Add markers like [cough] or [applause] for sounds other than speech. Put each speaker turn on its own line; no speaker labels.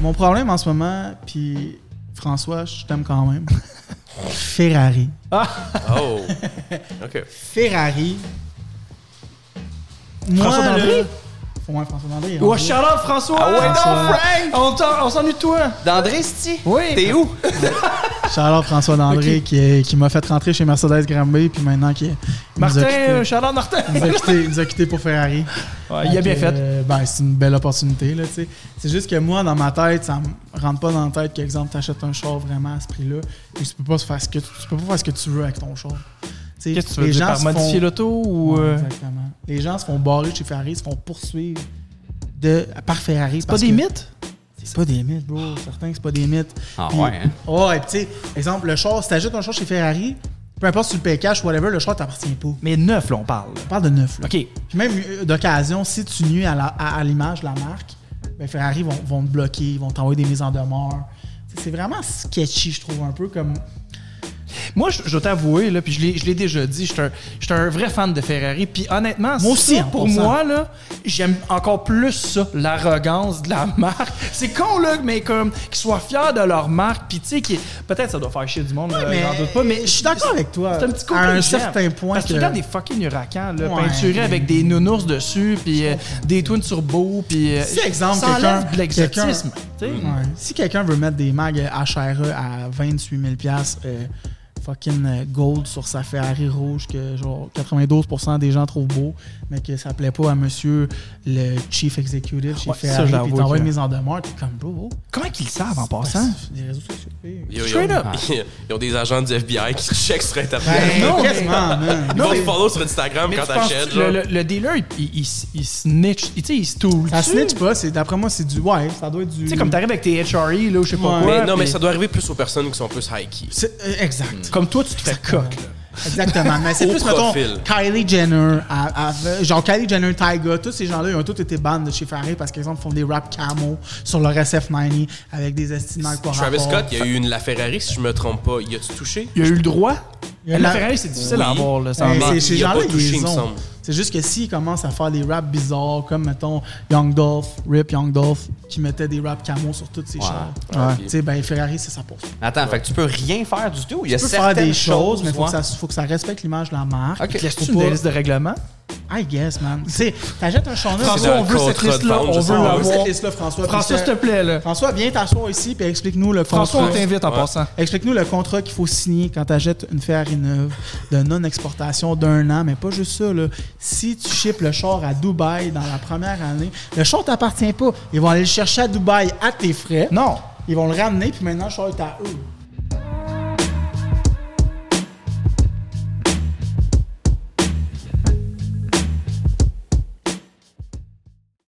Mon problème en ce moment, puis François, je t'aime quand même. [laughs] Ferrari.
[laughs] Oh! OK.
Ferrari. Moi,
François Dandré?
là- Ouais, François hein. Dandré.
Oh, shout out François!
Ah ouais, non,
François.
Frank!
On t'en- on s'ennuie de toi!
D'André, Sti?
Oui.
T'es où?
Charles François Dandré qui, est- qui m'a fait rentrer chez Mercedes Granby, puis maintenant qui qui nous a
Martin,
quittés.
euh, shout out Martin!
Il nous a quittés- il nous a quittés pour Ferrari.
[laughs] Ouais, il a bien
Fait que,
fait.
euh, ben, c'est une belle opportunité, là, tu sais. C'est juste que moi, dans ma tête, ça me rentre pas dans la tête qu'exemple, t'achètes un char vraiment à ce prix-là, et tu peux pas faire ce que tu, tu peux pas faire ce que tu veux avec ton char. sais,
Qu'est-ce que tu veux
les
dire
gens
par
se font-
modifier l'auto ou.
Ouais,
euh,
Exactement. Les gens se font barrer chez Ferrari, se font poursuivre de, par Ferrari.
Pas
parce
des
que-
mythes?
C'est pas des mythes, bro. Certains que c'est pas des mythes.
Ah
Puis-
ouais, hein?
Ouais, pis tu sais, exemple, le char, si t'achètes un char chez Ferrari, peu importe si tu le payes cash ou whatever, le char t'appartient pas.
Mais neuf, là, on parle. là.
On parle de neuf, là.
OK.
Puis même euh, d'occasion, si tu nuis à la- à à l'image de la marque, ben Ferrari vont, vont te bloquer, ils vont t'envoyer des mises en demeure. Tu sais, C'est vraiment sketchy, je trouve, un peu comme.
Euh, Moi, je, je vais t'avouer, là, puis je l'ai, je l'ai déjà dit, je suis un, je suis un vrai fan de Ferrari. Puis honnêtement, ça,
aussi, hein, en
pour
passant.
moi, là, j'aime encore plus ça, l'arrogance de la [laughs] marque. C'est con, là, mais comme qu'ils soient fiers de leur marque. Puis tu sais, qu'ils- peut-être ça doit faire chier du monde, là,
mais-
j'en doute pas, mais
je suis d'accord avec toi.
C'est un petit côté
À un
que j'aime.
certain point
Parce que,
que-
tu regardes des fucking huracans, là,
Ouais.
peinturés avec des nounours dessus, puis euh, des twins turbo, puis. euh,
Si, exemple,
ça
quelqu'un-
enlève de l'exotisme. tu sais.
Ouais. Si quelqu'un veut mettre des mags HRE à 28 000 piastres, euh, fucking euh, gold sur sa Ferrari rouge que genre 92% des gens trouvent beau, mais que ça plaît pas à monsieur le chief executive chez
Ouais, ça,
Ferrari,
je
puis il
l'avoue
t'envoie
que-
une mise en demeure, t'es comme bro,
Comment qu'ils le savent en
oh,
passant?
c'est des réseaux sociaux. oui.
Yo, yo.
Straight up.
[laughs] Ils ont des agents du FBI qui checkent sur Internet.
Ben,
Non, mais-
quasiment, man.
Ils
Non,
vont te
mais-
follow sur Instagram
Mais
quand
tu penses-
t'achètes,
le,
genre.
le, le dealer, il, il, il, il snitch, il, tu sais, il se tool.
Ça snitch pas, c'est- d'après moi, c'est du ouais, ça doit être du.
Tu sais, comme t'arrives avec tes HRE, là, ou je sais pas
Ouais.
quoi.
Mais non, mais
puis-
ça doit arriver plus aux personnes qui sont plus high-key.
C'est- euh, Exact.
Comme toi, tu te fais coq, là.
Exactement. Mais c'est
Au
plus, mettons,
profil.
Kylie Jenner, à- à- genre Kylie Jenner, Tyga, tous ces gens-là, ils ont tous été bannés de chez Ferrari parce qu'ils font des rap camo sur leur SF90 E avec des estimaires quoi
Travis
rapport.
Scott, il y a eu une LaFerrari, si je me trompe pas. Il a-tu touché?
Il a eu le droit.
y a
La
la-
Ferrari, c'est difficile à
Oui.
avoir, là, sans
Ben,
vente.
c'est ces
il a
gens-là,
pas touché,
ils
il me
les ont.
semble.
C'est juste que s'ils commencent à faire des raps bizarres, comme, mettons, Young Dolph, Rip Young Dolph, qui mettait des raps camo sur toutes ces
Ouais.
chars.
Ouais.
Tu sais, ben Ferrari, c'est ça pour ça.
Attends, fait que tu peux rien faire du tout. Il y a
Tu peux faire
certaines
des choses, mais il faut,
ouais.
que ça- faut que ça respecte l'image de la marque.
Ok.
Te Laisses-tu
Faut
une
pas-
liste de règlements?
I guess, man. Tu sais, t'achètes un char neuf,
François,
François,
dans
on
le
veut cette
contrat de
liste-là,
vente,
on
je
veut
sais, on
Ah, oui,
l'avoir.
cette liste-là, François.
François, s'il
puis
te
c'est-
plaît, là.
François, viens t'asseoir ici et explique-nous le contrat.
François, on t'invite en
Ouais.
passant.
Explique-nous le contrat qu'il faut signer quand tu achètes une Ferrari neuve de non-exportation d'un an, mais pas juste ça. Là. Si tu ships le char à Dubaï dans la première année, le char t'appartient pas. Ils vont aller le chercher à Dubaï à tes frais.
Non.
Ils vont le ramener, puis maintenant le char est à eux.